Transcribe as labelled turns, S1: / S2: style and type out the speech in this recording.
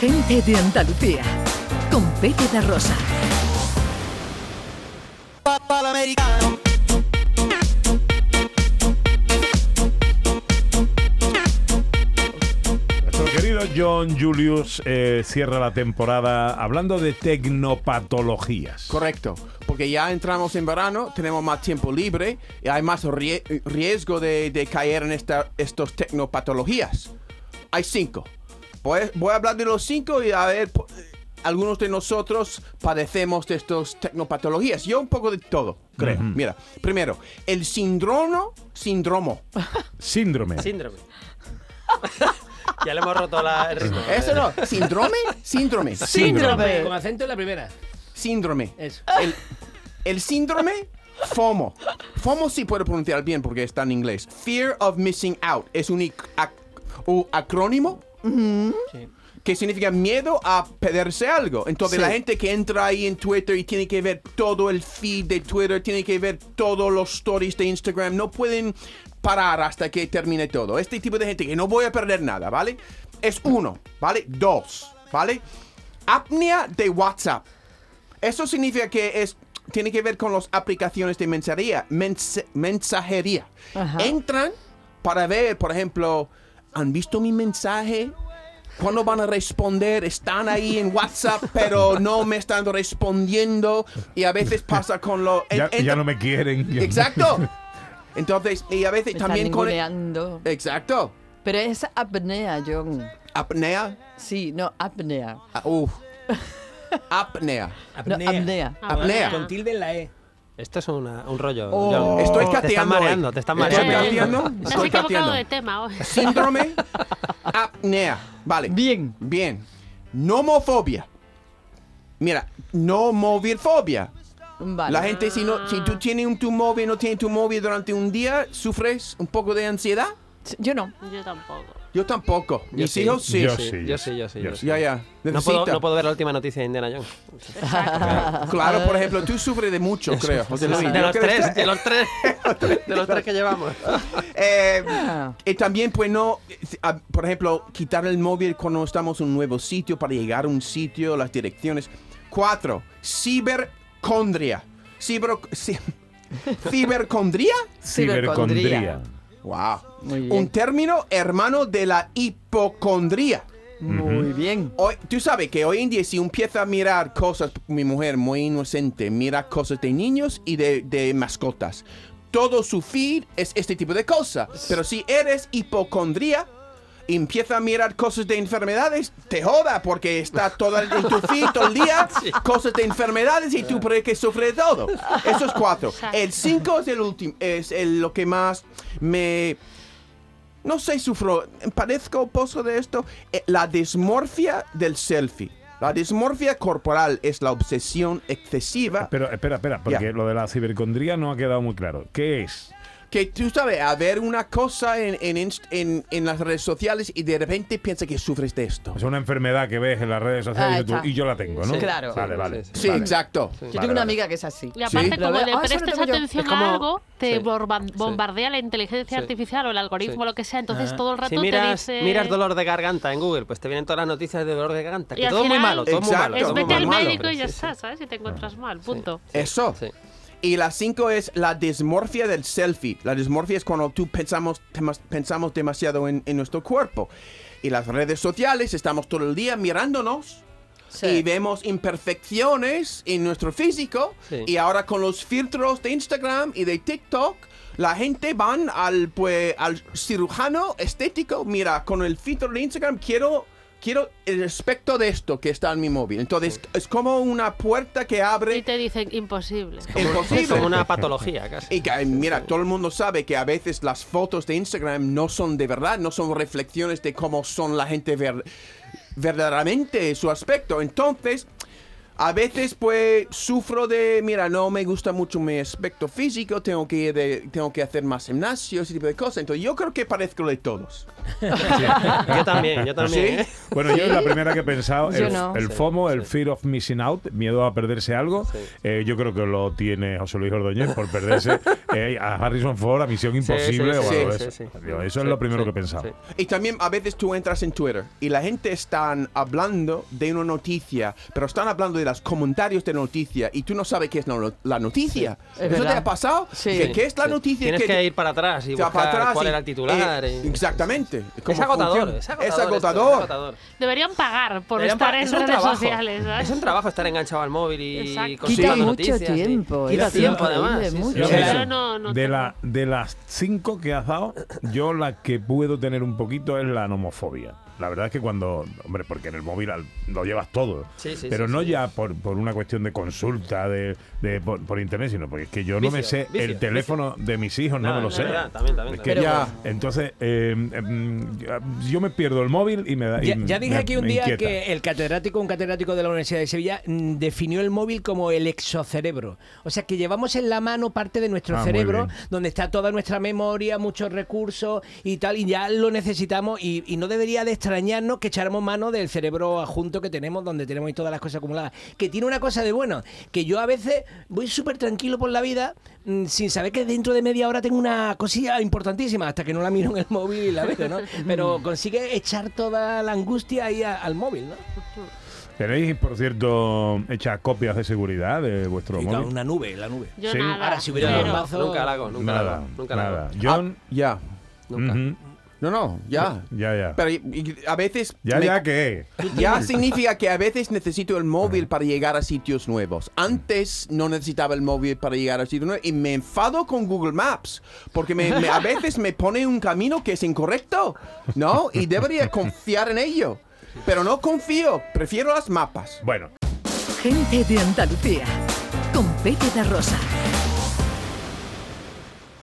S1: gente de Andalucía, con Pepe de Rosa.
S2: Nuestro querido John Julius eh, cierra la temporada hablando de tecnopatologías.
S3: Correcto, porque ya entramos en verano, tenemos más tiempo libre y hay más rie- riesgo de, de caer en estas estos tecnopatologías. Hay cinco. Voy, voy a hablar de los cinco y a ver, po- algunos de nosotros padecemos de estas tecnopatologías. Yo un poco de todo, creo. Mira, primero, el síndromo, síndromo.
S2: Síndrome.
S4: Síndrome. ya le hemos roto la, el ritmo.
S3: Eso no, síndrome, síndrome,
S4: Síndrome.
S5: Con acento en la primera.
S3: síndrome.
S5: Eso.
S3: El, el síndrome FOMO. FOMO sí puedo pronunciar bien porque está en inglés. Fear of Missing Out. Es un, ic- ac- u- acrónimo
S4: Sí.
S3: que significa miedo a perderse algo. Entonces la gente que entra ahí en Twitter y tiene que ver todo el feed de Twitter, tiene que ver todos los stories de Instagram, no pueden parar hasta que termine todo. Este tipo de gente que no voy a perder nada, ¿vale? Es uno, ¿vale? Dos, ¿vale? Apnea de WhatsApp. Eso significa que es tiene que ver con las aplicaciones de mensajería. mens- mensajería.
S1: Ajá.
S3: Entran para ver, por ejemplo, ¿han visto mi mensaje? ¿Cuándo van a responder? Están ahí en WhatsApp, pero no me están respondiendo. Y a veces pasa con los...
S2: Ya, ya no me quieren. ya-
S3: Eh, Exacto. Entonces, y a veces
S1: Me
S3: también
S1: están
S3: con...
S1: ninguneando.
S3: Exacto.
S1: Pero es apnea, John.
S3: Apnea.
S1: Sí, no, apnea. No,
S3: Ah, uf. Apnea.
S1: apnea.
S3: Apnea.
S5: Con tilde en la E.
S4: Esto es una- un rollo.
S1: Oh.
S4: John.
S3: Estoy cateando.
S4: Te estás
S3: hoy.
S4: mareando, te estás
S3: Estoy
S4: mareando.
S3: cateando,
S6: Te has
S3: estoy
S6: equivocado
S3: cateando.
S6: de tema hoy.
S3: Síndrome apnea. Vale.
S1: Bien.
S3: Bien. Nomofobia. Mira, nomovirfobia.
S1: Vale.
S3: La gente, si, no, si tú tienes un tu móvil, no tienes tu móvil durante un día, ¿sufres un poco de ansiedad?
S1: Yo no.
S6: Yo tampoco.
S3: Yo tampoco.
S4: Yo
S3: Mis
S4: sí.
S3: hijos sí.
S2: Yo
S4: sí,
S2: sí.
S4: yo sí, yo sí, yo sí.
S3: Ya, ya.
S4: No puedo,
S3: Necesita.
S4: no puedo ver la última noticia de Indiana Jones.
S3: Claro,
S4: Ah.
S3: por ejemplo, tú sufres de mucho, creo. José Luis.
S4: de
S3: Pues Yo
S4: los
S3: creo que-
S4: tres, de los tres, de los tres que llevamos.
S3: Eh,
S1: Ah.
S3: y también, pues no, eh, ah, por ejemplo, quitar el móvil cuando estamos en un nuevo sitio para llegar a un sitio, las direcciones. Cuatro, cibercondria. Cibro, ci- ¿Cibercondria?
S2: Cibercondría.
S3: Wow.
S1: Muy bien.
S3: Un término hermano de la hipocondría.
S1: Muy bien.
S3: Hoy- tú sabes que hoy en día si empieza a mirar cosas, mi mujer muy inocente, mira cosas de niños y de, de mascotas. Todo su feed es este tipo de cosas. Pero si eres hipocondría, empieza a mirar cosas de enfermedades, te joda porque está todo el, en tu feed todo el día cosas de enfermedades y tú crees que sufre de todo. Eso es cuatro. El cinco es el último, es el- lo que más me... No sé, sufro, parezco pozo de esto. Eh, La dismorfia del selfie. La dismorfia corporal es la obsesión excesiva
S2: Pero espera, espera, porque
S3: Ya.
S2: lo de la cibercondría no ha quedado muy claro. ¿Qué es?
S3: que tú sabes, a ver una cosa en, en, inst- en- en las redes sociales y de repente piensa que sufres de esto.
S2: Es una enfermedad que ves en las redes
S1: Ah,
S2: sociales y, tú-
S1: está.
S2: y yo la tengo, ¿no?
S1: Sí, Claro.
S2: Vale,
S4: sí,
S2: vale.
S4: sí,
S3: Sí,
S2: vale.
S3: exacto.
S1: Yo
S2: Vale,
S1: tengo una
S2: vale.
S1: amiga que es así.
S6: Y aparte,
S3: Sí.
S1: Lo
S6: como
S1: veo-
S6: le
S1: ah, eso lo
S6: prestes
S1: tengo yo.
S6: atención
S4: Es como-
S6: a algo, te
S4: sí.
S6: borba-
S4: Sí.
S6: bombardea la inteligencia
S4: Sí.
S6: artificial o el algoritmo,
S4: Sí.
S6: lo que sea. Entonces,
S5: Ah.
S6: todo el rato
S4: Si miras,
S6: te dice...
S4: miras dolor de garganta en Google, pues te vienen todas las noticias de dolor de garganta.
S6: Y
S4: Que
S6: al
S4: todo es muy
S6: final-
S4: malo, todo es muy malo.
S6: Es
S3: Exacto.
S4: todo muy
S6: vete al
S4: malo.
S6: médico y ya
S4: Sí, sí.
S6: está, ¿sabes? Si te encuentras mal, punto.
S3: Eso.
S4: Sí.
S3: Y la cinco es la dismorfia del selfie. La dismorfia es cuando tú pensamos, temas- pensamos demasiado en, en nuestro cuerpo. Y las redes sociales estamos todo el día mirándonos.
S1: Sí.
S3: y vemos imperfecciones en nuestro físico.
S4: Sí.
S3: Y ahora con los filtros de Instagram y de TikTok, la gente van al pues al cirujano estético. Mira, con el filtro de Instagram quiero quiero el aspecto de esto que está en mi móvil. Entonces es como una puerta que
S6: Y
S3: abre.
S6: te dicen imposible.
S4: Es como
S3: Imposible.
S4: una patología casi.
S3: Y que, mira, todo el mundo sabe que a veces las fotos de Instagram no son de verdad, no son reflexiones de cómo son la gente ver- verdaderamente, su aspecto. Entonces, A veces, pues, sufro de, mira, no me gusta mucho mi aspecto físico, tengo que, ir de- tengo que hacer más gimnasio, ese tipo de cosas. Entonces, yo creo que parezco de todos.
S4: Yo también, yo también.
S3: ¿Sí?
S4: ¿eh?
S2: Bueno, yo es la primera que he pensado.
S5: Yo
S2: El,
S5: no.
S2: el
S4: Sí,
S2: FOMO, el
S4: sí.
S2: Fear of Missing Out, miedo a perderse algo.
S4: Sí.
S2: Eh, yo creo que lo tiene José Luis Ordóñez por perderse eh, a Harrison Ford, a Misión
S4: Sí,
S2: Imposible
S4: sí,
S2: o
S3: sí,
S2: algo de
S4: sí,
S2: eso.
S4: sí.
S2: Digo, eso
S4: Sí,
S2: es lo primero
S4: sí,
S2: que he pensado.
S4: sí.
S3: Y también a veces tú entras en Twitter y la gente están hablando de una noticia, pero están hablando de los comentarios de noticia y tú no sabes qué es la no- la noticia.
S5: Sí, es
S3: ¿Eso te
S5: verdad.
S3: ha pasado?
S5: Sí.
S3: ¿Qué, qué es la
S4: Sí.
S3: noticia?
S4: Tienes que ir para atrás y
S3: o sea,
S4: buscar
S3: para atrás
S4: cuál
S3: y-
S4: era el titular.
S3: eh,
S4: y-
S3: exactamente.
S4: Es
S3: cómo
S4: agotador,
S3: funciona.
S4: es agotador.
S3: Es
S4: esto,
S3: agotador.
S6: Deberían pagar por
S4: Deberían
S6: estar
S4: pa-
S6: en
S4: es un
S6: redes
S4: trabajo.
S6: sociales. ¿sabes?
S4: Es un trabajo estar enganchado al móvil y
S6: Exacto.
S5: Quita
S4: consiguiendo
S5: mucho
S4: noticias. sí.
S5: tiempo.
S4: Quita
S5: Quita
S4: tiempo,
S5: tiempo,
S4: además.
S5: vive
S4: sí,
S5: mucho.
S4: sí.
S2: Yo,
S6: Claro,
S2: mira,
S6: no- no
S2: de,
S6: tengo.
S2: la, de las cinco que has dado, yo la que puedo tener un poquito es la nomofobia. La verdad es que cuando, hombre, porque en el móvil al- lo llevas todo,
S4: Sí, sí,
S2: pero
S4: sí,
S2: no
S4: sí.
S2: ya por, por una cuestión de consulta de, de- por, por internet, sino porque es que yo no me
S4: Vicio,
S2: sé
S4: vicio,
S2: el teléfono de mis hijos, no,
S4: No,
S2: me lo
S4: es
S2: sé.
S4: verdad, también, también,
S2: Es que
S5: también.
S2: ya, entonces, eh, em, ya- yo me pierdo el móvil y me da. y
S7: Ya, ya dije
S2: me-
S7: aquí un
S2: me
S7: día
S2: inquieta.
S7: que el catedrático, un catedrático de la Universidad de Sevilla, mm, definió el móvil como el exocerebro. O sea, que llevamos en la mano parte de nuestro
S2: Ah, muy
S7: cerebro,
S2: bien.
S7: donde está toda nuestra memoria, muchos recursos y tal, y ya lo necesitamos. Y, y no debería de extrañarnos que echáramos mano del cerebro adjunto que tenemos, donde tenemos ahí todas las cosas acumuladas. Que tiene una cosa de bueno, que yo a veces voy súper tranquilo por la vida, mm, sin saber que dentro de media hora tengo una cosilla importantísima, hasta que no la miro en el móvil y la veo, ¿no? Pero consigue echar toda la angustia ahí a- al móvil, ¿no?
S2: ¿Tenéis, por cierto, hechas copias de seguridad de vuestro
S7: Y claro,
S2: móvil?
S7: una nube, la nube.
S6: Yo
S2: Sí.
S6: nada.
S7: Ahora, si hubiera
S4: Yo
S7: un
S6: cero.
S4: no,
S7: mazo-
S4: nunca la hago, nunca la
S2: nada,
S4: hago. Nunca la Ah,
S2: nada.
S4: hago.
S2: John,
S3: Ya,
S4: Nunca.
S2: ujú,
S3: no, no, ya.
S2: ya, ya.
S3: Pero y- y a veces...
S2: Ya,
S3: me-
S2: ya, que.
S3: Ya significa que a veces necesito el móvil para llegar a sitios nuevos. Antes no necesitaba el móvil para llegar a sitios nuevos y me enfado con Google Maps porque me- me- a veces me pone un camino que es incorrecto, ¿no? Y debería confiar en ello. Pero no confío, prefiero las mapas.
S2: Bueno,
S1: Gente de Andalucía. Con Pepe da Rosa.